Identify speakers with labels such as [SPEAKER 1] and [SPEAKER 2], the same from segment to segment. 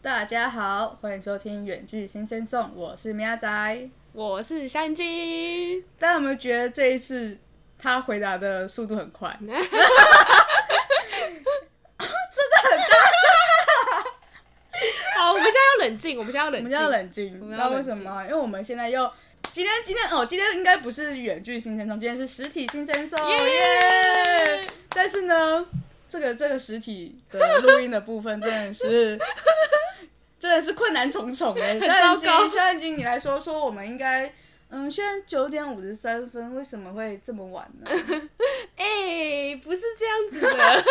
[SPEAKER 1] 大家好，欢迎收听《远距新生颂》，我是喵仔。
[SPEAKER 2] 我是山鸡，
[SPEAKER 1] 大家有没有觉得这一次他回答的速度很快？啊真的很大声，
[SPEAKER 2] 好，我们现在要冷静，我们现在要冷
[SPEAKER 1] 我
[SPEAKER 2] 静，
[SPEAKER 1] 们要冷静，
[SPEAKER 2] 我
[SPEAKER 1] 不
[SPEAKER 2] 们
[SPEAKER 1] 知
[SPEAKER 2] 要
[SPEAKER 1] 道
[SPEAKER 2] 冷静
[SPEAKER 1] 为什么啊？因为我们现在又今天今天哦，今天应该不是远距新生颂，今天是实体新生颂哦耶
[SPEAKER 2] 耶！
[SPEAKER 1] 但是呢，这个这个实体的录音的部分真的 是真的是困难重重哎、欸，
[SPEAKER 2] 糟糕
[SPEAKER 1] 小眼睛，你来说说，我们应该嗯，现在九点五十三分，为什么会这么晚呢？
[SPEAKER 2] 哎、不是这样子的，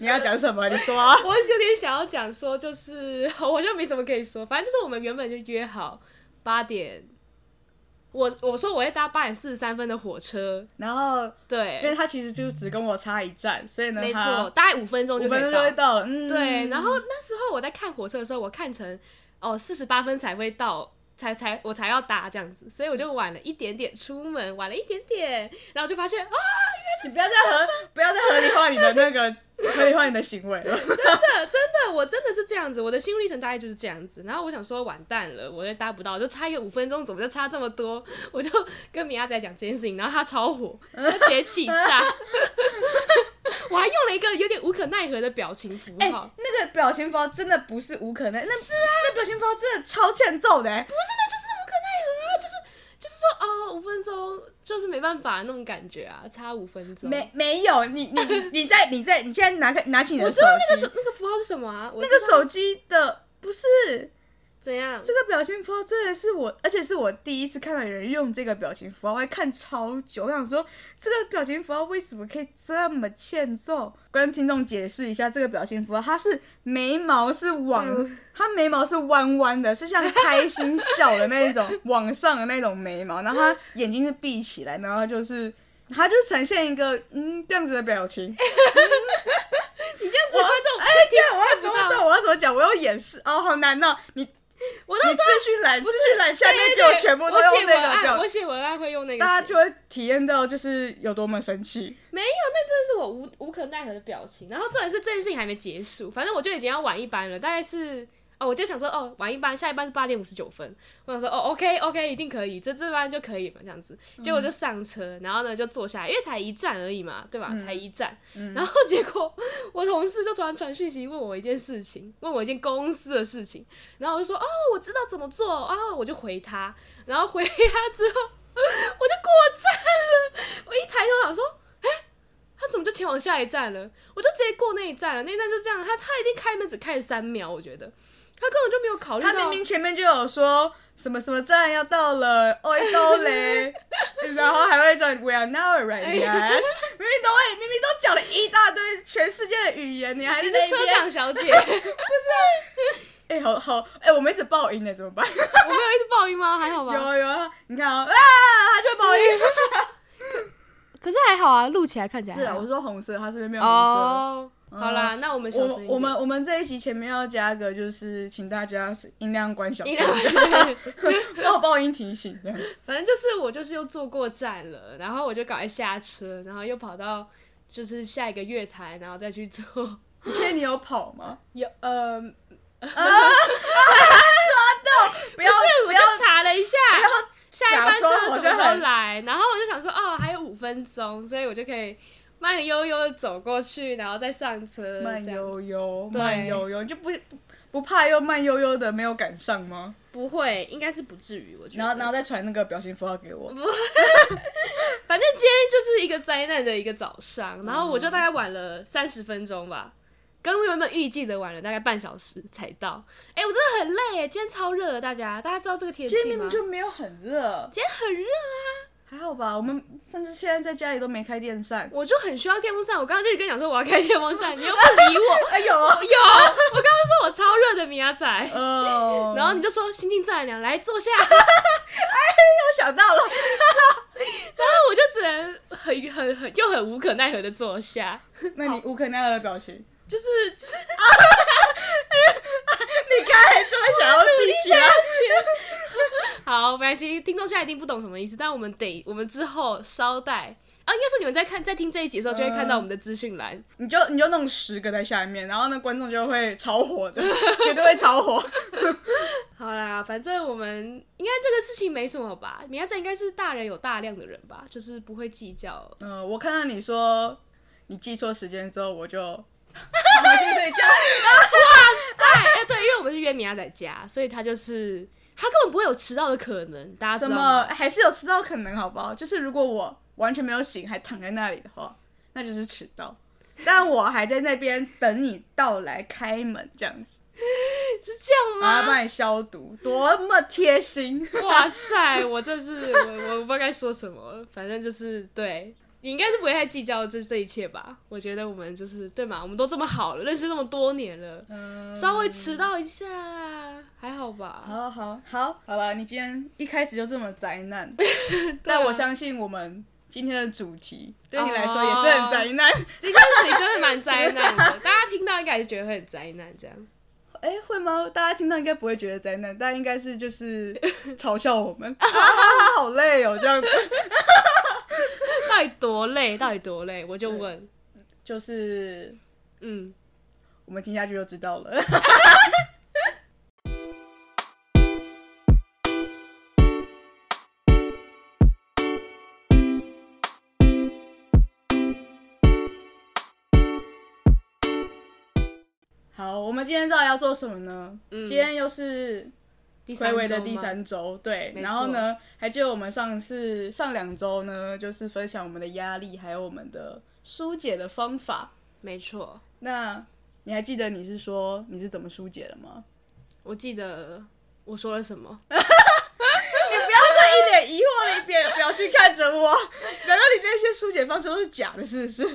[SPEAKER 1] 你要讲 什么？你说、啊。
[SPEAKER 2] 我有点想要讲说，就是哦我好像没什么可以说，反正就是我们原本就约好八点，我我说我会搭八点四十三分的火车，
[SPEAKER 1] 然后，因
[SPEAKER 2] 对，
[SPEAKER 1] 为他其实就只跟我差一站，所以呢，
[SPEAKER 2] 没
[SPEAKER 1] 他
[SPEAKER 2] 错，大概五分钟
[SPEAKER 1] 五
[SPEAKER 2] 就可
[SPEAKER 1] 分
[SPEAKER 2] 以
[SPEAKER 1] 钟
[SPEAKER 2] 到
[SPEAKER 1] 就，会到了。嗯，
[SPEAKER 2] 对，然后那时候我在看火车的时候，我看成哦四十八分才会到，才才我才要搭这样子，所以我就晚了一点点出门，晚了一点点，然后就发现啊，
[SPEAKER 1] 你不要再合，不要再合理化你的 那个合理化你的行为了。
[SPEAKER 2] 真的真的，我真的是这样子，我的心路历程大概就是这样子。然后我想说完蛋了，我也搭不到，就差一个五分钟，怎么就差这么多？我就跟米亚仔讲这件事情，然后他超火，他直接气 炸。我还用了一个有点无可奈何的表情符
[SPEAKER 1] 哎、
[SPEAKER 2] 号，
[SPEAKER 1] 那个表情包真的不是无可奈，那是啊，那表情包真的超欠揍的、欸。
[SPEAKER 2] 不是，那就是无可奈何啊，就是就是说哦，五分钟就是没办法那种感觉啊，差五分钟。
[SPEAKER 1] 没没有，你你你你在你在你现在拿开拿起你
[SPEAKER 2] 我
[SPEAKER 1] 的
[SPEAKER 2] 知
[SPEAKER 1] 手
[SPEAKER 2] 道那个
[SPEAKER 1] 机
[SPEAKER 2] 手，那个符号是什么啊？我
[SPEAKER 1] 那
[SPEAKER 2] 知
[SPEAKER 1] 个
[SPEAKER 2] 道
[SPEAKER 1] 手机的不是
[SPEAKER 2] 怎样？
[SPEAKER 1] 这个表情符号，真的是我，而且是我第一次看到有人用这个表情符号，我还看超久。我想说，这个表情符号为什么可以这么欠揍？跟听众解释一下，这个表情符号它是眉毛是往，它眉毛是弯弯的，是像开心笑的那一种往上的那种眉毛，然后它眼睛是闭起来，然后就是。它就呈现一个嗯这样子的表 情，
[SPEAKER 2] 你这样子观众，哎、
[SPEAKER 1] 对，我要怎么
[SPEAKER 2] 不知
[SPEAKER 1] 懂？我要怎么讲？我要演示哦，好难哦！你
[SPEAKER 2] 我
[SPEAKER 1] 你
[SPEAKER 2] 那时
[SPEAKER 1] 资
[SPEAKER 2] 候
[SPEAKER 1] 讯栏资
[SPEAKER 2] 不是
[SPEAKER 1] 讯栏下面
[SPEAKER 2] 对
[SPEAKER 1] 给
[SPEAKER 2] 对
[SPEAKER 1] 我
[SPEAKER 2] 对
[SPEAKER 1] 全部都
[SPEAKER 2] 我写
[SPEAKER 1] 用那
[SPEAKER 2] 文
[SPEAKER 1] 个
[SPEAKER 2] 案
[SPEAKER 1] 表
[SPEAKER 2] 我写文案会用那个写，
[SPEAKER 1] 大家就会体验到就是有多么生气。
[SPEAKER 2] 没有，那真的是我无无可奈何的表情。然后重点是这件事情还没结束，反正我就已经要晚一班了，大概是。哦，我就想说，哦，晚一班，下一班是八点五十九分。我想说，哦，OK OK，一定可以，这这班就可以嘛，这样子。
[SPEAKER 1] 嗯
[SPEAKER 2] 结果就上车，然后呢就坐下来，因为才一站而已嘛，对吧？
[SPEAKER 1] 嗯
[SPEAKER 2] 才一站。然后结果我同事就突然传讯息问我一件事情，问我一件公司的事情，然后我就说，哦，我知道怎么做啊、我就回他，然后回他之后， 我就过站了。我一抬头想说，他怎么就前往下一站了？我就直接过那一站了，那一站就这样。他他一定开门只开了三秒，我觉得他根本就没有考虑到。
[SPEAKER 1] 他明明前面就有说什么什么站要到了，哦一到 嘞，然后还会说 We are now right
[SPEAKER 2] 哎
[SPEAKER 1] yet，明明都会明明都讲了一大堆全世界的语言，你还
[SPEAKER 2] 你
[SPEAKER 1] 是
[SPEAKER 2] 是
[SPEAKER 1] 在一
[SPEAKER 2] 车
[SPEAKER 1] 边
[SPEAKER 2] 长小姐， 我
[SPEAKER 1] 哎、好好哎、我们一直爆音呢，怎么办？
[SPEAKER 2] 没有一直爆音吗？还好
[SPEAKER 1] 有
[SPEAKER 2] 吧。
[SPEAKER 1] 啊有啊，你看啊，啊，他就爆音。
[SPEAKER 2] 可是还好啊，录起来看起来
[SPEAKER 1] 是
[SPEAKER 2] 还
[SPEAKER 1] 啊，
[SPEAKER 2] 好
[SPEAKER 1] 我说红色，他这边没有红色。
[SPEAKER 2] 哦。好啦，嗯那我们小
[SPEAKER 1] 我
[SPEAKER 2] 声一点。
[SPEAKER 1] 我们我们这一集前面要加个，就是请大家是音量关小声
[SPEAKER 2] 一，辆
[SPEAKER 1] 然后爆音提醒这样。
[SPEAKER 2] 反正就是我就是又坐过站了，然后我就赶快下车，然后又跑到就是下一个月台，然后再去坐。
[SPEAKER 1] 你确定你有跑 吗？
[SPEAKER 2] 有呃，
[SPEAKER 1] 不
[SPEAKER 2] 不
[SPEAKER 1] 要
[SPEAKER 2] 是，
[SPEAKER 1] 不
[SPEAKER 2] 我
[SPEAKER 1] 要
[SPEAKER 2] 就查了一下，下一班车什么时候来？然后我就想说，哦，还有五分钟，所以我就可以慢悠悠的走过去，然后再上车。
[SPEAKER 1] 慢
[SPEAKER 2] 这样
[SPEAKER 1] 悠悠，
[SPEAKER 2] 对
[SPEAKER 1] 慢悠悠，你就不不不怕又慢悠悠的没有赶上吗？
[SPEAKER 2] 不会，应该是不至于，我觉得。
[SPEAKER 1] 然后然后再传那个表情符号给我，
[SPEAKER 2] 反正今天就是一个灾难的一个早
[SPEAKER 1] 嗯
[SPEAKER 2] 上，然后我就大概晚了三十分钟吧，跟原本预计的晚了大概半小时才到。哎、我真的很累耶，今天超热的，大家大家知道这个天
[SPEAKER 1] 其实
[SPEAKER 2] 气
[SPEAKER 1] 明
[SPEAKER 2] 吗
[SPEAKER 1] 明？就没有很热，
[SPEAKER 2] 今天很热，
[SPEAKER 1] 还好吧？我们甚至现在在家里都没开电扇。
[SPEAKER 2] 我就很需要电风扇。我刚刚就跟你讲说我要开电风 扇，你又不理我。
[SPEAKER 1] 哎呦，
[SPEAKER 2] 有，我刚刚说我超热的米亚仔，
[SPEAKER 1] 哦，
[SPEAKER 2] 然后你就说心静自然凉，来坐下。
[SPEAKER 1] 我想到了，
[SPEAKER 2] 然后我就只能很很很又很无可奈何的坐下，
[SPEAKER 1] 那你无可奈何的表情，你
[SPEAKER 2] 就是就是
[SPEAKER 1] 刚
[SPEAKER 2] 哎
[SPEAKER 1] 才这么想要闭起来，
[SPEAKER 2] 好，没关系，听众现在一定不懂什么意思，但我们得我们之后稍待啊，应该说你们在看在听这一集的时候，就会看到我们的资讯栏，
[SPEAKER 1] 你就你就弄十个在下面，然后那观众就会超火的， 绝对会 超火。
[SPEAKER 2] 好啦，反正我们应该这个事情没什么吧。米亚仔应该是大人有大量的人吧，就是不会计较。
[SPEAKER 1] 嗯、我看到你说你记错时间之后，我就 跑回去睡觉。
[SPEAKER 2] 哎、哎对，因为我们是约米亚仔家，所以他就是他根本不会有迟到的可能，大家
[SPEAKER 1] 什
[SPEAKER 2] 知道吗？
[SPEAKER 1] 么还是有迟到可能，好不好？就是如果我完全没有醒，还躺在那里的话，那就是迟到。但我还在那边等你到来开门，这样子，
[SPEAKER 2] 是这样
[SPEAKER 1] 然后
[SPEAKER 2] 吗？
[SPEAKER 1] 帮你消毒，多么贴心！
[SPEAKER 2] 哇塞，我这是我我不知道该说什么，反正就是对。你应该是不会太计较这这一切吧？我觉得我们就是对嘛，我们都这么好了，认识这么多年了，
[SPEAKER 1] 嗯，
[SPEAKER 2] 稍微迟到一下还好吧？
[SPEAKER 1] 好好好，好了，你今天一开始就这么灾难， 但我相信我们今天的主题对你来说也是很灾 难。
[SPEAKER 2] 今天水真的蛮灾难的，大家听到应该还是觉得会很灾难这样。
[SPEAKER 1] 哎、会吗？大家听到应该不会觉得灾难，大家应该是就是 嘲笑我们， 啊哈哈，好累哦，这样子。
[SPEAKER 2] 到底多累？到底多累？我就问，
[SPEAKER 1] 就是
[SPEAKER 2] 嗯，
[SPEAKER 1] 我们听下去就知道了。 好，我们今天到底要做什么呢？
[SPEAKER 2] 嗯
[SPEAKER 1] 今天又是
[SPEAKER 2] 第
[SPEAKER 1] 回
[SPEAKER 2] 三
[SPEAKER 1] 味
[SPEAKER 2] 周
[SPEAKER 1] 的第
[SPEAKER 2] 吗，
[SPEAKER 1] 三周，对。
[SPEAKER 2] 没错
[SPEAKER 1] 然后呢，还记得我们上次上两周呢，就是分享我们的压力，还有我们的疏解的方法。
[SPEAKER 2] 没错，
[SPEAKER 1] 那你还记得你是说你是怎么疏解的吗？
[SPEAKER 2] 我记得我说了什么，
[SPEAKER 1] 啊一脸疑惑的表表情看着我， 难道你那些疏解方式都是假的？是不是？
[SPEAKER 2] 可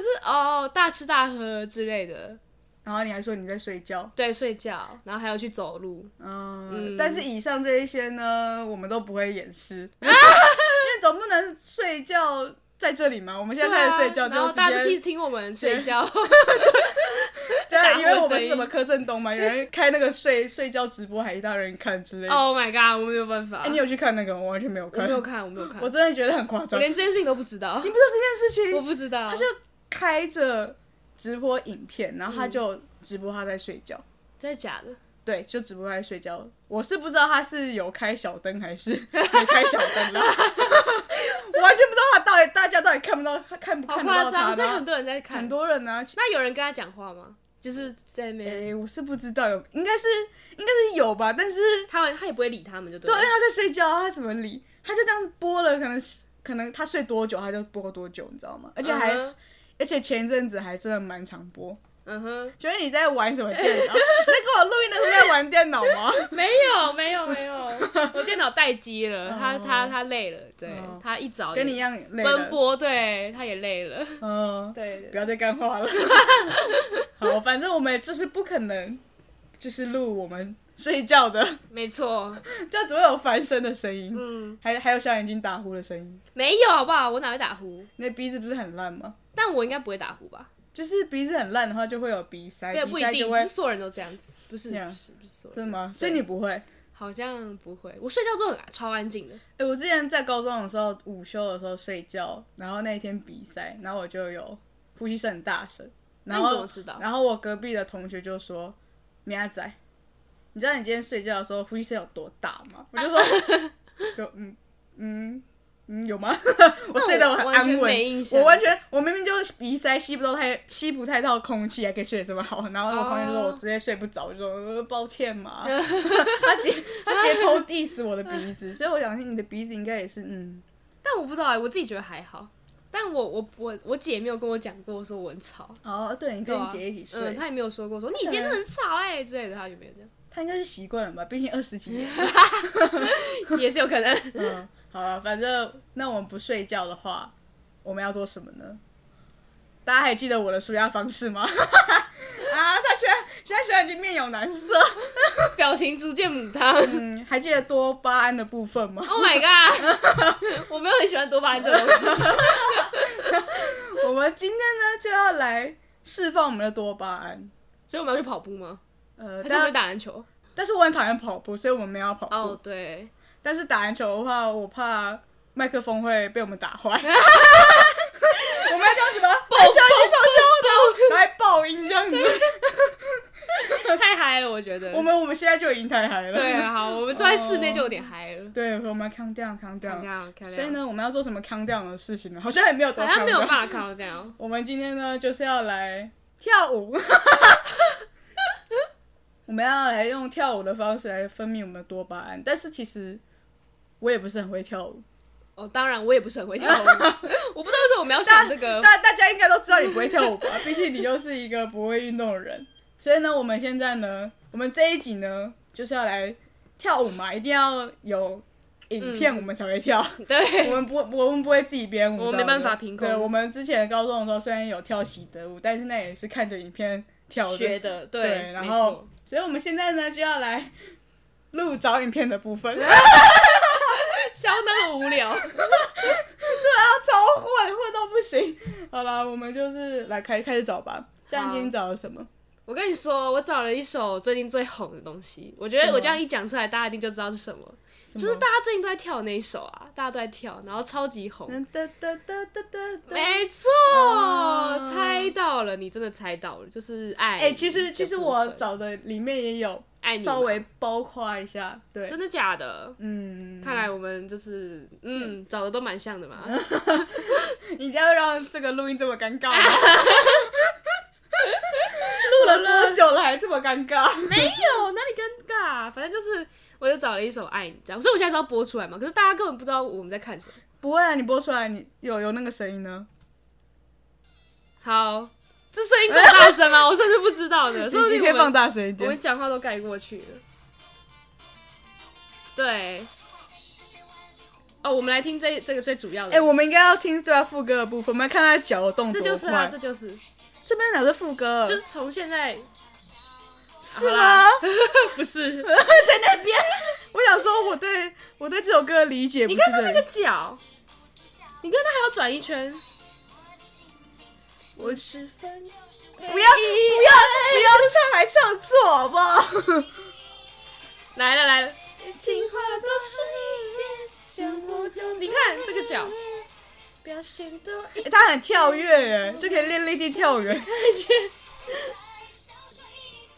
[SPEAKER 2] 是哦，大吃大喝之类的，
[SPEAKER 1] 然后你还说你在睡觉，
[SPEAKER 2] 对，睡觉，然后还要去走路，
[SPEAKER 1] 嗯，
[SPEAKER 2] 嗯
[SPEAKER 1] 但是以上这一些呢，我们都不会掩 饰，因为总不能睡觉在这里嘛。我们现在
[SPEAKER 2] 对
[SPEAKER 1] 开
[SPEAKER 2] 啊
[SPEAKER 1] 始睡觉
[SPEAKER 2] 然
[SPEAKER 1] 就
[SPEAKER 2] 后
[SPEAKER 1] 直
[SPEAKER 2] 大家就
[SPEAKER 1] 接
[SPEAKER 2] 听听我们睡觉，
[SPEAKER 1] 对啊，
[SPEAKER 2] 打
[SPEAKER 1] 因为
[SPEAKER 2] 呼
[SPEAKER 1] 我们
[SPEAKER 2] 声
[SPEAKER 1] 是什么柯震东嘛，有人开那个睡睡觉直播，还一大人看之类的。哎、
[SPEAKER 2] Oh my god，我没有办法，
[SPEAKER 1] 你有去看那个吗？我完全没有
[SPEAKER 2] 我
[SPEAKER 1] 看
[SPEAKER 2] 没，有看，我没有看，
[SPEAKER 1] 我
[SPEAKER 2] 我
[SPEAKER 1] 真的觉得很夸张。
[SPEAKER 2] 连这件事情都不知道
[SPEAKER 1] 你，不知道这件事情
[SPEAKER 2] 我，不知道，
[SPEAKER 1] 他就开着直播影片，然后他就直播他在睡觉。
[SPEAKER 2] 真的假的？
[SPEAKER 1] 对，就直播他在睡觉。我是不知道他是有开小灯还 是没开小灯啦，我 完全不知道他到底大家到底看不到看不
[SPEAKER 2] 好
[SPEAKER 1] 看得
[SPEAKER 2] 夸
[SPEAKER 1] 到他
[SPEAKER 2] 张，所以
[SPEAKER 1] 呢
[SPEAKER 2] 很？多人在看，
[SPEAKER 1] 很多人呢、啊，
[SPEAKER 2] 那有人跟他讲话吗？就是在那
[SPEAKER 1] 哎、
[SPEAKER 2] 边，
[SPEAKER 1] 我是不知道有，应该是应该是有吧，但是
[SPEAKER 2] 他他也不会理他们，就对
[SPEAKER 1] 对，
[SPEAKER 2] 了
[SPEAKER 1] 因为。他在睡觉啊，他怎么理？他就这样播了，可能是可能他睡多久他就播多久，你知道吗？而且还、
[SPEAKER 2] 嗯哼
[SPEAKER 1] 而且前一阵子还真的蛮常播。
[SPEAKER 2] 嗯哼，
[SPEAKER 1] 请问你在玩什么电脑？ 你在跟我录音的时候在玩电 脑吗？
[SPEAKER 2] 没有没有没 有，我电脑待机了，他他他累了，对
[SPEAKER 1] 哦
[SPEAKER 2] 他一早
[SPEAKER 1] 跟你一样累了
[SPEAKER 2] 奔波，对，他也累了，
[SPEAKER 1] 嗯，
[SPEAKER 2] 对对
[SPEAKER 1] 不要再干 话了。好，反正我们就是不可能，就是录我们睡觉的，
[SPEAKER 2] 没错，
[SPEAKER 1] 这样只会有翻身的声音，
[SPEAKER 2] 嗯，
[SPEAKER 1] 还还有小眼睛打呼的声音。
[SPEAKER 2] 没有好不好？我哪会打呼？
[SPEAKER 1] 那鼻子不是很烂吗？
[SPEAKER 2] 但我应该不会打呼吧？
[SPEAKER 1] 就是鼻子很烂的话，就会有鼻塞，
[SPEAKER 2] 对，不
[SPEAKER 1] 鼻
[SPEAKER 2] 一
[SPEAKER 1] 塞
[SPEAKER 2] 定，
[SPEAKER 1] 就
[SPEAKER 2] 不
[SPEAKER 1] 会
[SPEAKER 2] 是所有人都这样子，不是
[SPEAKER 1] 这样
[SPEAKER 2] 不是不是所有人，
[SPEAKER 1] 真的吗？所以你不会。
[SPEAKER 2] 好像不会。我睡觉之后很超安静的，
[SPEAKER 1] 哎、我之前在高中的时候，午休的时候睡觉，然后那一天比赛，然后我就有呼吸声很大声，
[SPEAKER 2] 那
[SPEAKER 1] 然
[SPEAKER 2] 你
[SPEAKER 1] 后
[SPEAKER 2] 怎么知道
[SPEAKER 1] 然后我隔壁的同学就说：“米亚仔，你知道你今天睡觉的时候呼吸声有多大吗？”我就说：“ 就嗯嗯嗯，有吗？” 我睡得
[SPEAKER 2] 那我
[SPEAKER 1] 很
[SPEAKER 2] 完
[SPEAKER 1] 安
[SPEAKER 2] 全没
[SPEAKER 1] 稳
[SPEAKER 2] 印，象
[SPEAKER 1] 我完全我明明就是鼻塞吸不到太吸不太到空气，还可以睡得这么好。然后我同学就说
[SPEAKER 2] 哦
[SPEAKER 1] 我直接睡不着，我就说、呃抱 歉嘛。他直接他直接偷 diss 我的鼻子，所以我相信你的鼻子应该也是嗯，
[SPEAKER 2] 但我不知道欸，我自己觉得还好。但我我我我姐没有跟我讲过说我很吵，
[SPEAKER 1] 哦，对你
[SPEAKER 2] 对
[SPEAKER 1] 跟
[SPEAKER 2] 啊
[SPEAKER 1] 你姐一起睡，嗯
[SPEAKER 2] 嗯，她也没有说过说你今天真的很吵哎之类的，她就没有这样，
[SPEAKER 1] 他应该是习惯了吧，毕竟二十几 年。
[SPEAKER 2] 也是有可能。
[SPEAKER 1] 嗯，好了，反正那我们不睡觉的话，我们要做什么呢？大家还记得我的舒压方式吗？ 啊，他现在现在虽然已经面有难色，
[SPEAKER 2] 表情逐渐母汤。
[SPEAKER 1] 嗯，还记得多巴胺的部分吗？
[SPEAKER 2] Oh my god！我 没有很喜欢多巴胺这种东西。
[SPEAKER 1] 我们今天呢就要来释放我们的多巴胺。
[SPEAKER 2] 所以我们要去跑步吗？
[SPEAKER 1] 呃，
[SPEAKER 2] 还是我们
[SPEAKER 1] 但
[SPEAKER 2] 去打篮球？哦
[SPEAKER 1] 但是我很讨厌跑步，所以我们没有跑步。
[SPEAKER 2] 哦，对，
[SPEAKER 1] 但是打篮球的话，我怕麦克风会被我们打 坏。我 们要这样子吗？来下一句上秋的，来爆音 这样子。
[SPEAKER 2] 太嗨了，我觉得。
[SPEAKER 1] 我们我们现在就已经太嗨了。
[SPEAKER 2] 对啊，好，我们坐在室内就有点嗨了。
[SPEAKER 1] 对，我们要 count down
[SPEAKER 2] 看
[SPEAKER 1] count down。
[SPEAKER 2] 掉，看
[SPEAKER 1] 所
[SPEAKER 2] 掉。
[SPEAKER 1] 以呢，我们要做什么 count down 的事情呢？好像也没有多
[SPEAKER 2] 好
[SPEAKER 1] count
[SPEAKER 2] 像没有
[SPEAKER 1] down
[SPEAKER 2] 办法看掉。
[SPEAKER 1] 我们今天呢，就是要来跳 舞。我们要来用跳舞的方式来分泌我们的多巴胺，但是其实我也不是很会跳舞。
[SPEAKER 2] 哦，当然我也不是很会跳 舞，我不知道为什么我们要
[SPEAKER 1] 大
[SPEAKER 2] 选这个。
[SPEAKER 1] 大大家应该都知道你不会跳舞吧？毕竟你又是一个不会运动的人。所以呢，我们现在呢，我们这一集呢，就是要来跳舞嘛，一定要有影片
[SPEAKER 2] 嗯
[SPEAKER 1] 我们才会跳。 我
[SPEAKER 2] 对，
[SPEAKER 1] 们不，我们不会自己编舞蹈的，
[SPEAKER 2] 我们没办法凭空
[SPEAKER 1] 对我们之前高中的时候，虽然有跳习得舞，但是那也是看着影片跳的。
[SPEAKER 2] 学的
[SPEAKER 1] 对，
[SPEAKER 2] 对，
[SPEAKER 1] 然
[SPEAKER 2] 没
[SPEAKER 1] 后
[SPEAKER 2] 错。，
[SPEAKER 1] 所以我们现在呢就要来录找影片的部 分，啊他
[SPEAKER 2] 相当的无聊。
[SPEAKER 1] 超混，混到不行。好啦，我们就是来开开始找吧。像
[SPEAKER 2] 好
[SPEAKER 1] 今天找了什么？
[SPEAKER 2] 我跟你说，我找了一首最近最红的东西，我觉
[SPEAKER 1] 什
[SPEAKER 2] 得
[SPEAKER 1] 么
[SPEAKER 2] 我这样一讲出来，大家一定就知道是什么，
[SPEAKER 1] 什么
[SPEAKER 2] 就是大家最近都在跳那一首啊，大家都在跳，然后超级红。
[SPEAKER 1] 嗯哒哒哒哒哒哒。
[SPEAKER 2] 没错，
[SPEAKER 1] 啊
[SPEAKER 2] 猜到了，你真的猜到了，就是爱。
[SPEAKER 1] 哎，其实其实我找的里面也有
[SPEAKER 2] 爱你
[SPEAKER 1] 稍微包括一下，对，
[SPEAKER 2] 真的假的？
[SPEAKER 1] 嗯，
[SPEAKER 2] 看来我们就是嗯，找的都蛮像的嘛。
[SPEAKER 1] 你一定要让这个录音这么尴尬吗。 录了多久了还这么尴尬？
[SPEAKER 2] 没有，哪里尴尬、反正就是，我就找了一首《爱你》这样，所以我现在知道播出来嘛。可是大家根本不知道我们在看什么。
[SPEAKER 1] 不会啊，你播出来你有有那个声音呢？
[SPEAKER 2] 好，这声音够大声吗？我甚至不知道的，
[SPEAKER 1] 你
[SPEAKER 2] 说不
[SPEAKER 1] 你
[SPEAKER 2] 定
[SPEAKER 1] 可以
[SPEAKER 2] 我
[SPEAKER 1] 放
[SPEAKER 2] 们
[SPEAKER 1] 大声一
[SPEAKER 2] 我们
[SPEAKER 1] 点。
[SPEAKER 2] 讲话都盖过去了。对。哦，我们来听这这个最主要的。
[SPEAKER 1] 哎、我们应该要听对他副歌的部分，我们来看他脚的动
[SPEAKER 2] 这
[SPEAKER 1] 作。
[SPEAKER 2] 就是啊，
[SPEAKER 1] 快
[SPEAKER 2] 这就是，
[SPEAKER 1] 这边哪是副歌？
[SPEAKER 2] 就是从现在
[SPEAKER 1] 是
[SPEAKER 2] 好
[SPEAKER 1] 吗
[SPEAKER 2] 啦？ 不是，
[SPEAKER 1] 在那边， 我想说我对我对这首歌的理解不
[SPEAKER 2] 你
[SPEAKER 1] 是
[SPEAKER 2] 看他
[SPEAKER 1] 这
[SPEAKER 2] 那个
[SPEAKER 1] 里。
[SPEAKER 2] 脚，你看他还要转一圈。
[SPEAKER 1] 我
[SPEAKER 2] 十分
[SPEAKER 1] 不要不要不要唱，还唱错好不好？
[SPEAKER 2] 来了来了，
[SPEAKER 1] 情话都是
[SPEAKER 2] 你看这个脚，
[SPEAKER 1] 表现都、欸，他很跳跃耶，这可以练 Lady 跳远。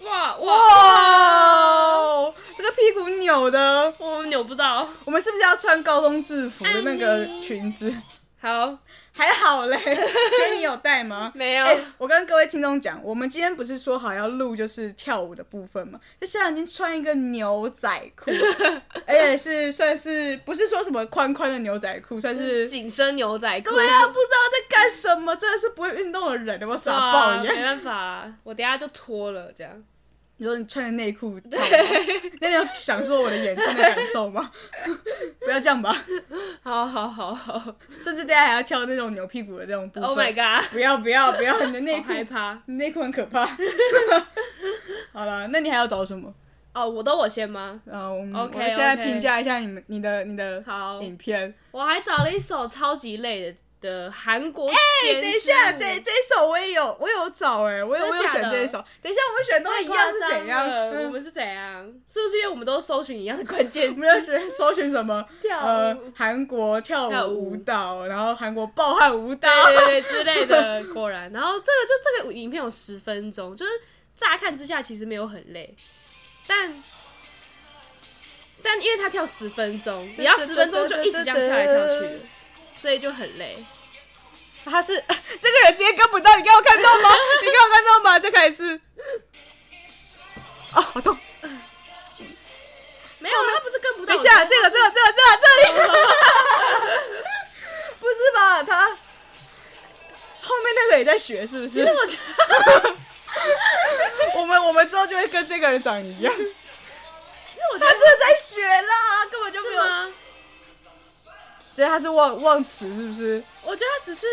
[SPEAKER 2] 哇哇，
[SPEAKER 1] 哇，哦这个屁股扭的，
[SPEAKER 2] 我扭不到。
[SPEAKER 1] 我们是不是要穿高中制服的那个裙子？
[SPEAKER 2] 好，
[SPEAKER 1] 还好 嘞，所以你有带吗？
[SPEAKER 2] 没有，
[SPEAKER 1] 哎、我跟各位听众讲，我们今天不是说好要录就是跳舞的部分吗？就现在已经穿一个牛仔 裤，而且是算是不是说什么宽宽的牛仔裤，算是
[SPEAKER 2] 紧身牛仔裤。
[SPEAKER 1] 对啊，不知道在干什么，真的是不会运动的人，有没有
[SPEAKER 2] 对
[SPEAKER 1] 傻
[SPEAKER 2] 啊，
[SPEAKER 1] 爆一
[SPEAKER 2] 没
[SPEAKER 1] 样？
[SPEAKER 2] 办法啦，我等一下就脱了这样。
[SPEAKER 1] 你说你穿着内裤跳舞，那你有想说我的眼睛的感受吗？ 不要这样吧，
[SPEAKER 2] 好好好好
[SPEAKER 1] 甚至大家还要跳那种扭屁股的那种部分。
[SPEAKER 2] ，Oh my god，
[SPEAKER 1] 不要不要不要，你的 内
[SPEAKER 2] 好
[SPEAKER 1] 裤
[SPEAKER 2] 害怕。
[SPEAKER 1] 你内裤很 可怕。好了，那你还要找什么？
[SPEAKER 2] 哦，我都我先吗？
[SPEAKER 1] 然后我们
[SPEAKER 2] OK，
[SPEAKER 1] 我们现在
[SPEAKER 2] OK
[SPEAKER 1] 评价一下你们你的你的
[SPEAKER 2] 好，
[SPEAKER 1] 影片。
[SPEAKER 2] 我还找了一首超级累的的韩国。
[SPEAKER 1] 哎、等一下，这这一首我也有我有找哎、我有
[SPEAKER 2] 真
[SPEAKER 1] 我
[SPEAKER 2] 的
[SPEAKER 1] 有
[SPEAKER 2] 假的
[SPEAKER 1] 选这一首。等一下我们选的都
[SPEAKER 2] 太
[SPEAKER 1] 一样是
[SPEAKER 2] 夸张
[SPEAKER 1] 怎样？
[SPEAKER 2] 了我
[SPEAKER 1] 嗯
[SPEAKER 2] 们是怎样？是不是因为我们都搜寻一样的关键
[SPEAKER 1] 我们要选搜寻什么？
[SPEAKER 2] 跳
[SPEAKER 1] 呃
[SPEAKER 2] 舞，
[SPEAKER 1] 韩国跳
[SPEAKER 2] 跳
[SPEAKER 1] 舞
[SPEAKER 2] 舞
[SPEAKER 1] 舞蹈，然后韩国暴汗舞蹈。
[SPEAKER 2] 对对对之类 的，果然。然后这个就这个影片有十分钟，就是乍看之下其实没有很累，但但因为他跳十分钟，你要十分钟就一直这样跳来跳去的，所以就很累。
[SPEAKER 1] 他是 这个人直接跟不到，你刚有看到 吗？你刚有看到吗？再看一次。啊，好痛！
[SPEAKER 2] 没有，他不是跟不到
[SPEAKER 1] 等
[SPEAKER 2] 我。
[SPEAKER 1] 一下，这个这个这个这个这 里，不是吧？他后面那个也在学，是不
[SPEAKER 2] 其
[SPEAKER 1] 是
[SPEAKER 2] 实？我觉得
[SPEAKER 1] 我们我们之后就会跟这个人长 一样。
[SPEAKER 2] 其实我觉
[SPEAKER 1] 他真
[SPEAKER 2] 得
[SPEAKER 1] 的在学啦，根本就没
[SPEAKER 2] 是
[SPEAKER 1] 有。
[SPEAKER 2] 吗？
[SPEAKER 1] 所以他是忘忘词，是不是？
[SPEAKER 2] 我觉得他只是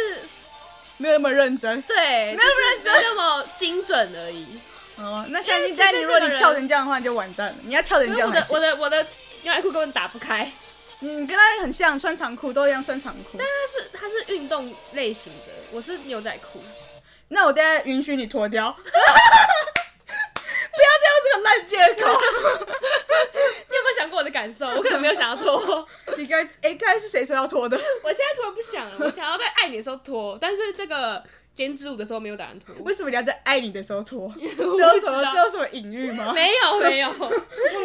[SPEAKER 1] 没有那么认真。
[SPEAKER 2] 对，
[SPEAKER 1] 没有
[SPEAKER 2] 只是没有那么精准而已。
[SPEAKER 1] 哦，那像你，
[SPEAKER 2] 因为前面
[SPEAKER 1] 但你如果
[SPEAKER 2] 这个
[SPEAKER 1] 你
[SPEAKER 2] 人
[SPEAKER 1] 跳成这样的话，你就完蛋了。你要跳成
[SPEAKER 2] 因
[SPEAKER 1] 这
[SPEAKER 2] 为
[SPEAKER 1] 样
[SPEAKER 2] 我
[SPEAKER 1] 才
[SPEAKER 2] 的我
[SPEAKER 1] 行。
[SPEAKER 2] 的我的牛仔裤根本打不开，
[SPEAKER 1] 你跟他很像，穿长裤都一样穿长裤。
[SPEAKER 2] 但是它是运动类型的，我是牛仔裤。
[SPEAKER 1] 那我等下允许你脱掉。 不要再用这个烂借口。
[SPEAKER 2] 你有没有想过我的感感受，我可能没有想要 拖。
[SPEAKER 1] 你该哎，刚才是谁说要拖的？
[SPEAKER 2] 我现在突然不想了，我想要在爱你的时候拖，但是这个剪纸舞的时候没有打算拖。
[SPEAKER 1] 为什么你要在爱你的时候拖？这
[SPEAKER 2] 我
[SPEAKER 1] 有
[SPEAKER 2] 不
[SPEAKER 1] 什
[SPEAKER 2] 知
[SPEAKER 1] 么
[SPEAKER 2] 道
[SPEAKER 1] 这有什么隐喻吗？
[SPEAKER 2] 没有没 有，
[SPEAKER 1] 莫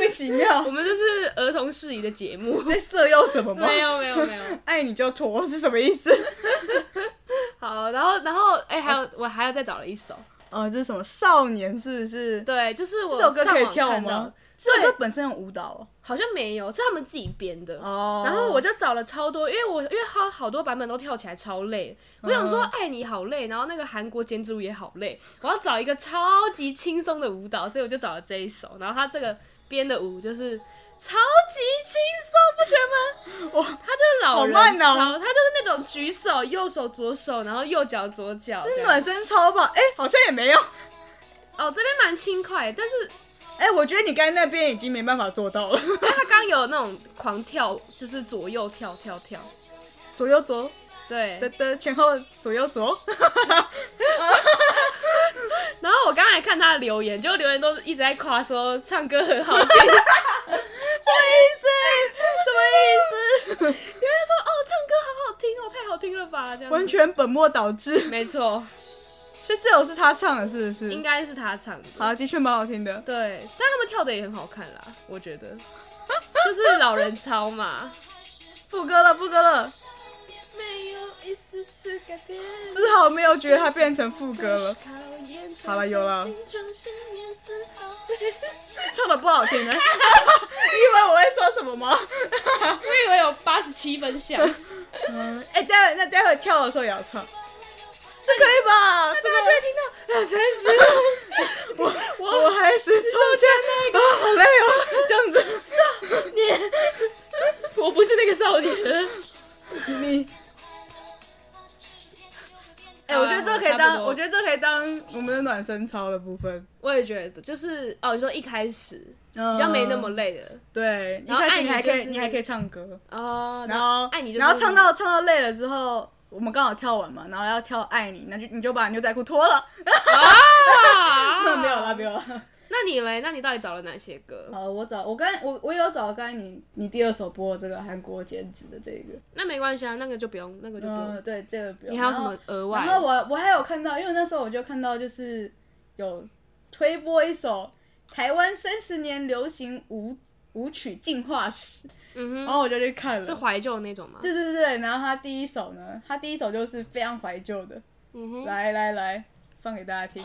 [SPEAKER 1] 名其妙
[SPEAKER 2] 我，们这是儿童适宜的节目。
[SPEAKER 1] 你在色诱什么 吗？
[SPEAKER 2] 没有没有没有，
[SPEAKER 1] 爱你就拖是什么意思？
[SPEAKER 2] 好，然后然后哎、还有我还要再找了一首，
[SPEAKER 1] 哦，这是什么少年是不是？
[SPEAKER 2] 对，就是我
[SPEAKER 1] 这首歌可
[SPEAKER 2] 上
[SPEAKER 1] 以
[SPEAKER 2] 网
[SPEAKER 1] 跳
[SPEAKER 2] 看
[SPEAKER 1] 吗
[SPEAKER 2] 到的？
[SPEAKER 1] 这首歌本身有舞蹈
[SPEAKER 2] 好像没有，是他们自己编的。
[SPEAKER 1] 哦。
[SPEAKER 2] 然后我就找了超多，因为我因为好好多版本都跳起来超累，我想
[SPEAKER 1] 嗯
[SPEAKER 2] 说爱你好累，然后那个韩国剪纸舞也好累，我要找一个超级轻松的舞蹈，所以我就找了这一首。然后他这个编的舞就是超级轻松，不觉得吗？他就是老人
[SPEAKER 1] 好慢哦
[SPEAKER 2] 操，他就是那种举手右手左手，然后右脚左脚
[SPEAKER 1] 这
[SPEAKER 2] 这
[SPEAKER 1] 是
[SPEAKER 2] 样。
[SPEAKER 1] 嗯暖身操吧？哎、好像也没有。
[SPEAKER 2] 哦，这边蛮轻快，但是
[SPEAKER 1] 哎、我觉得你刚才那边已经没办法做到了。
[SPEAKER 2] 因为他刚有那种狂跳，就是左右跳跳跳，
[SPEAKER 1] 左右左，
[SPEAKER 2] 对，
[SPEAKER 1] 得得，前后左右左。
[SPEAKER 2] 然后我刚才看他的留言，就留言都一直在夸说唱歌很好听，
[SPEAKER 1] 什么意思？什么意思？
[SPEAKER 2] 有人说哦唱歌好好听哦，太好听了吧这样子。
[SPEAKER 1] 完全本末倒置。
[SPEAKER 2] 没错，
[SPEAKER 1] 所以这首是他唱的，是不
[SPEAKER 2] 应
[SPEAKER 1] 是？
[SPEAKER 2] 该是他唱的。
[SPEAKER 1] 好，的确蛮好听的。
[SPEAKER 2] 对，但他们跳的也很好看啦，我觉得，就是老人操嘛，
[SPEAKER 1] 副歌了，副歌了，
[SPEAKER 2] 没有一丝丝改变。
[SPEAKER 1] 丝毫没有觉得它变成副歌了，好
[SPEAKER 2] 好
[SPEAKER 1] 了
[SPEAKER 2] 了，
[SPEAKER 1] 有
[SPEAKER 2] 有
[SPEAKER 1] 了
[SPEAKER 2] 了。
[SPEAKER 1] 唱的不好听呢。你以为我会说什么吗？
[SPEAKER 2] 我以为有八十七分像，
[SPEAKER 1] 嗯， 哎、待会那待会跳的时候也要唱，这可以吧？这
[SPEAKER 2] 大
[SPEAKER 1] 个
[SPEAKER 2] 家就会听到两三十。我
[SPEAKER 1] 我
[SPEAKER 2] 我
[SPEAKER 1] 还是中间那个，啊 好累哦，这样子。
[SPEAKER 2] 你，我不是那个少年。
[SPEAKER 1] 你，哎、我觉得这个可以
[SPEAKER 2] 差不
[SPEAKER 1] 当，
[SPEAKER 2] 多
[SPEAKER 1] 我觉得这可以当我们的暖身操的部分，
[SPEAKER 2] 我也觉得，就是哦，你说一开始
[SPEAKER 1] 比
[SPEAKER 2] 比较没那
[SPEAKER 1] 嗯
[SPEAKER 2] 么累了
[SPEAKER 1] 对。一
[SPEAKER 2] 然后
[SPEAKER 1] 开始
[SPEAKER 2] 爱
[SPEAKER 1] 你
[SPEAKER 2] 你
[SPEAKER 1] 还可以，
[SPEAKER 2] 就是
[SPEAKER 1] 你还可以唱歌，
[SPEAKER 2] 哦，
[SPEAKER 1] 然后
[SPEAKER 2] 爱你就是，
[SPEAKER 1] 然后唱到唱到累了之后，我们刚好跳完嘛，然后要跳爱你，那就你就把牛仔裤脱了，
[SPEAKER 2] 啊
[SPEAKER 1] 没有啦，没有啦。
[SPEAKER 2] 那你嘞？那你到底找了哪些歌？
[SPEAKER 1] 呃，我找我刚才我我有找刚才你你第二首播的这个韩国剪纸的这个，
[SPEAKER 2] 那没关系啊，那个就不用，那个就不用。
[SPEAKER 1] 嗯，对，这个不用
[SPEAKER 2] 你还有什
[SPEAKER 1] 然后
[SPEAKER 2] 么额外
[SPEAKER 1] 然？后我我还有看到，因为那时候我就看到就是有推播一首台湾三十年流行舞舞曲进化史，
[SPEAKER 2] 嗯
[SPEAKER 1] 然
[SPEAKER 2] 哼，
[SPEAKER 1] 后我就去看了。
[SPEAKER 2] 是怀旧那种吗？
[SPEAKER 1] 对对对，然后他第一首呢，他第一首就是非常怀旧的，
[SPEAKER 2] 嗯哼，
[SPEAKER 1] 来来来，放给大家听。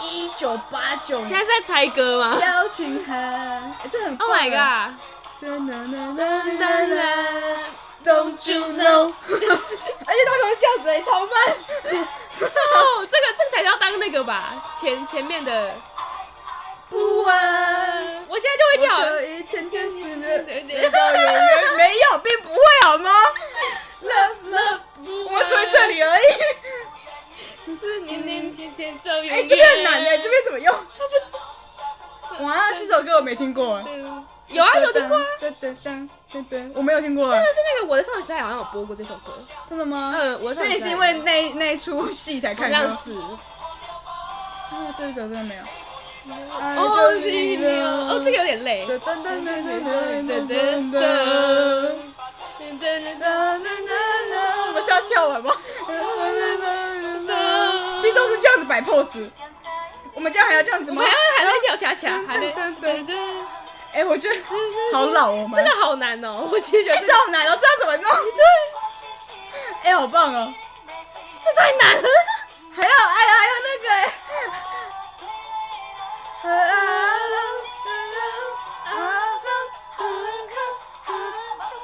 [SPEAKER 1] 一九八九
[SPEAKER 2] 现在是在猜歌吗
[SPEAKER 1] 邀请函，哎这很
[SPEAKER 2] ？Oh
[SPEAKER 1] 棒
[SPEAKER 2] my
[SPEAKER 1] 啊
[SPEAKER 2] god！
[SPEAKER 1] 噔噔噔
[SPEAKER 2] 噔
[SPEAKER 1] 噔
[SPEAKER 2] 噔
[SPEAKER 1] 噔噔
[SPEAKER 2] 噔
[SPEAKER 1] Don't you know？而且他可是这样子、哎，超慢。
[SPEAKER 2] 哦，这个这个才要当那个吧，前前面的，
[SPEAKER 1] 不安，
[SPEAKER 2] 我现在就会跳。
[SPEAKER 1] 可以天天思念
[SPEAKER 2] 对对
[SPEAKER 1] 直到永远。没有，并不会好吗？
[SPEAKER 2] Love love，我
[SPEAKER 1] 我们只会这里而已。
[SPEAKER 2] 是年年渐渐走远。
[SPEAKER 1] 哎、这边很难的、这边怎么用？
[SPEAKER 2] 他不知道
[SPEAKER 1] 哇，这首歌我没听过。
[SPEAKER 2] 有啊，有听过啊。
[SPEAKER 1] 噔噔噔噔噔，我没有听过。
[SPEAKER 2] 但是那个我的少女时代好像有播过这首歌，
[SPEAKER 1] 真的吗？
[SPEAKER 2] 嗯，我的少
[SPEAKER 1] 所
[SPEAKER 2] 女
[SPEAKER 1] 以
[SPEAKER 2] 时代
[SPEAKER 1] 你是因为那那一出戏才
[SPEAKER 2] 好
[SPEAKER 1] 看
[SPEAKER 2] 像
[SPEAKER 1] 的？
[SPEAKER 2] 是
[SPEAKER 1] 啊，这首真的没有。
[SPEAKER 2] 哦，你哦，这个有点累。
[SPEAKER 1] 噔噔噔噔噔
[SPEAKER 2] 噔
[SPEAKER 1] 噔
[SPEAKER 2] 噔
[SPEAKER 1] 噔
[SPEAKER 2] 噔
[SPEAKER 1] 噔。
[SPEAKER 2] 噔噔噔
[SPEAKER 1] 我们是要跳完吗？其实都是这样子摆 pose。我们这样还要这样子
[SPEAKER 2] 我
[SPEAKER 1] 吗
[SPEAKER 2] 们还？要还在跳恰恰，还在
[SPEAKER 1] 噔
[SPEAKER 2] 噔噔
[SPEAKER 1] 噔
[SPEAKER 2] 噔，
[SPEAKER 1] 哎、我觉得好老哦，我们
[SPEAKER 2] 这个好难哦， 我其实觉得
[SPEAKER 1] 哎、
[SPEAKER 2] 这
[SPEAKER 1] 这
[SPEAKER 2] 个
[SPEAKER 1] 好难哦，这要怎么弄？对，哎、好棒哦，
[SPEAKER 2] 这 太难了。
[SPEAKER 1] 还有哎呀，还有那个、哎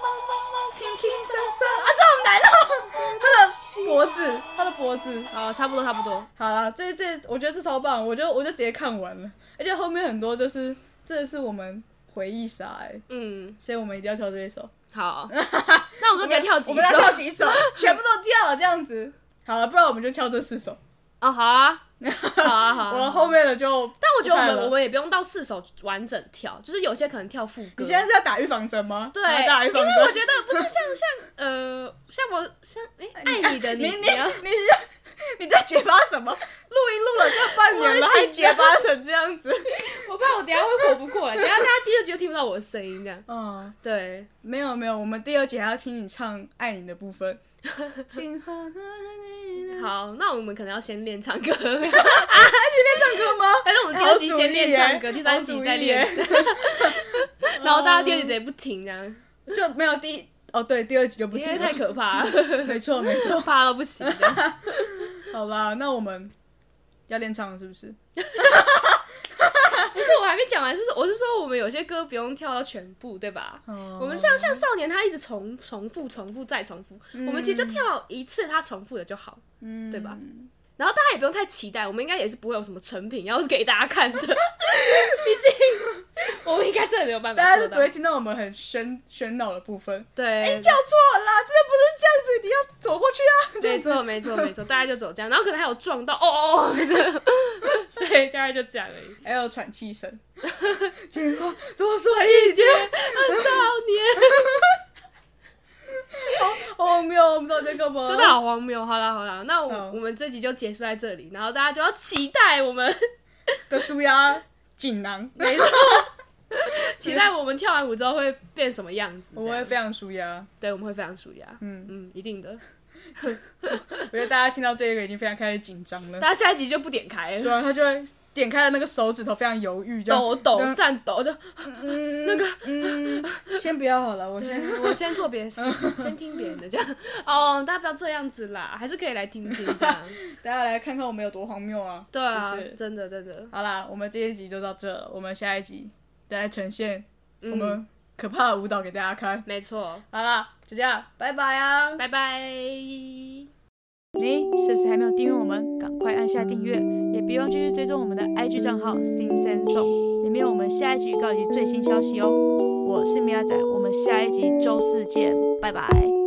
[SPEAKER 1] 啊，这好难哦，他的脖子，他的脖子。
[SPEAKER 2] 好，哦差不多差不多。
[SPEAKER 1] 好啦，这这我觉得这超棒，我就我就直接看完了，而且后面很多就是这是我们回忆杀哎、
[SPEAKER 2] 嗯，
[SPEAKER 1] 所以我们一定要跳这一首。
[SPEAKER 2] 好，那我们就给他跳
[SPEAKER 1] 我
[SPEAKER 2] 几
[SPEAKER 1] 们要
[SPEAKER 2] 首
[SPEAKER 1] 跳几首，全部都跳这样子。好了，不然我们就跳这四首，
[SPEAKER 2] 哦，好啊，好啊，好
[SPEAKER 1] 我
[SPEAKER 2] 啊。
[SPEAKER 1] 后面的就
[SPEAKER 2] 但我觉得我
[SPEAKER 1] 不看
[SPEAKER 2] 们
[SPEAKER 1] 了
[SPEAKER 2] 我们也不用到四首完整跳，就是有些可能跳副歌。
[SPEAKER 1] 你现在是要打预防针吗？
[SPEAKER 2] 对，
[SPEAKER 1] 要打预
[SPEAKER 2] 因
[SPEAKER 1] 防
[SPEAKER 2] 为我
[SPEAKER 1] 针。
[SPEAKER 2] 觉得不是像像呃像我像诶，爱你的
[SPEAKER 1] 你你
[SPEAKER 2] 你要
[SPEAKER 1] 你你在结巴什么？录音录了这半年了，
[SPEAKER 2] 我很
[SPEAKER 1] 还
[SPEAKER 2] 紧
[SPEAKER 1] 结
[SPEAKER 2] 张
[SPEAKER 1] 巴成这 样子？
[SPEAKER 2] 我怕我等一下会活不过来，等一下大家第二集就听不到我的声音这样。
[SPEAKER 1] 嗯，
[SPEAKER 2] 对，
[SPEAKER 1] 没有没有，我们第二节还要听你唱《爱你》的 部分。请好好地
[SPEAKER 2] 好，那我们可能要先练唱歌，
[SPEAKER 1] 唱歌吗？
[SPEAKER 2] 还是我们第二集先练唱歌，第三集再练，
[SPEAKER 1] 好主意
[SPEAKER 2] 然后大家第二集直接不停这样，
[SPEAKER 1] 耶，就没有第一哦，对，第二集就不
[SPEAKER 2] 因
[SPEAKER 1] 听
[SPEAKER 2] 为太
[SPEAKER 1] 了。
[SPEAKER 2] 可怕了，
[SPEAKER 1] 没错没错，
[SPEAKER 2] 怕到不行这样。
[SPEAKER 1] 好啦，那我们要练唱了是不是？
[SPEAKER 2] 不是，我还没讲完，是我是说我们有些歌不用跳到全部，对吧？
[SPEAKER 1] 哦
[SPEAKER 2] 我们像像少年，他一直重重复、重复再重复，我们其实就跳一次他重复的就好，
[SPEAKER 1] 嗯
[SPEAKER 2] 对吧？然后大家也不用太期待，我们应该也是不会有什么成品要给大家看的，毕竟 我们应该真的没有办
[SPEAKER 1] 大家
[SPEAKER 2] 法
[SPEAKER 1] 就
[SPEAKER 2] 做
[SPEAKER 1] 只
[SPEAKER 2] 到
[SPEAKER 1] 会。听到我们很喧喧闹的部分。
[SPEAKER 2] 对，
[SPEAKER 1] 跳哎错啦，这不是这样子，你要走过去啊。
[SPEAKER 2] 没错，没错，没错，大家就走这样，然后可能还有撞到，哦哦，哦 对，大概就这样而 已。
[SPEAKER 1] 还有喘气 声，情话多说一点。
[SPEAKER 2] 少年，
[SPEAKER 1] 哦，没有，我们到底在干嘛？
[SPEAKER 2] 真的好荒谬。好啦，好啦，那我、
[SPEAKER 1] 好
[SPEAKER 2] 我们这集就结束在这里，然后大家就要期待我 们，
[SPEAKER 1] 的舒压锦囊，
[SPEAKER 2] 没错，期待我们跳完舞之后会变什么样子。
[SPEAKER 1] 我
[SPEAKER 2] 这
[SPEAKER 1] 会
[SPEAKER 2] 样
[SPEAKER 1] 非常舒压。
[SPEAKER 2] 对，我们会非常舒压。
[SPEAKER 1] 嗯
[SPEAKER 2] 嗯，一定的。
[SPEAKER 1] 我觉得大家听到这个已经非常开始紧张了。
[SPEAKER 2] 大家下一集就不点开了
[SPEAKER 1] 对。啊，他就会点开了那个手指头，非常犹豫，就
[SPEAKER 2] 抖抖
[SPEAKER 1] 嗯
[SPEAKER 2] 战抖，就
[SPEAKER 1] 嗯那个嗯，先不要好 了，我先
[SPEAKER 2] 我先做别的 事，先听别人的这样。 哦，大家不要这样子啦，还是可以来听听这 样。
[SPEAKER 1] 大家来看看我们有多荒谬啊！
[SPEAKER 2] 对啊
[SPEAKER 1] 是不，是
[SPEAKER 2] 真的真的。
[SPEAKER 1] 好啦，我们这一集就到这了，我们下一集再来呈现我
[SPEAKER 2] 嗯，
[SPEAKER 1] 们可怕的舞蹈给大家看。
[SPEAKER 2] 没错。
[SPEAKER 1] 好啦，就这样，拜拜啊！
[SPEAKER 2] 拜拜。
[SPEAKER 3] 你是不是还没有订阅我们？赶快按下订阅，也别忘继续追踪我们的 IG 账号 Sim Sam Song，里面有我们下一集预告以及最新消息哦。我是米亚仔，我们下一集周四见，拜拜。